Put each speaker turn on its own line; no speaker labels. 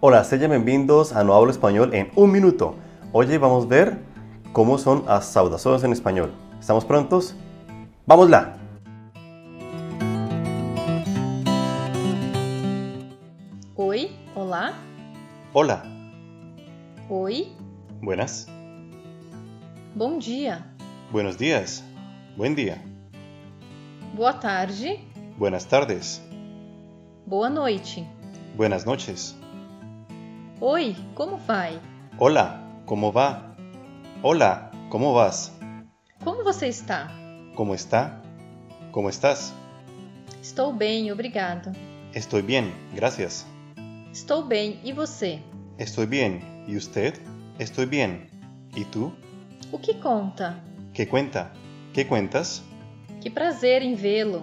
Hola, sean bienvenidos a No Hablo Español en un minuto. Hoy vamos a ver cómo son las saudações en español. ¿Estamos prontos? ¡Vámosla!
Oi, olá,
Hola,
oi,
buenas,
bom dia,
buenos días, buen día,
boa tarde,
buenas tardes,
boa noite.
buenas noches.
Oi, como vai?
Hola, ¿cómo va? Hola, ¿cómo vas?
Como você está?
¿Cómo está? ¿Cómo estás?
Estou bem, obrigado.
Estoy bien, gracias.
Estou bem, e você?
Estoy bien. ¿Y usted? Estoy bien. ¿Y tú?
O que conta?
¿Qué cuenta? ¿Qué cuentas?
Que prazer em vê-lo.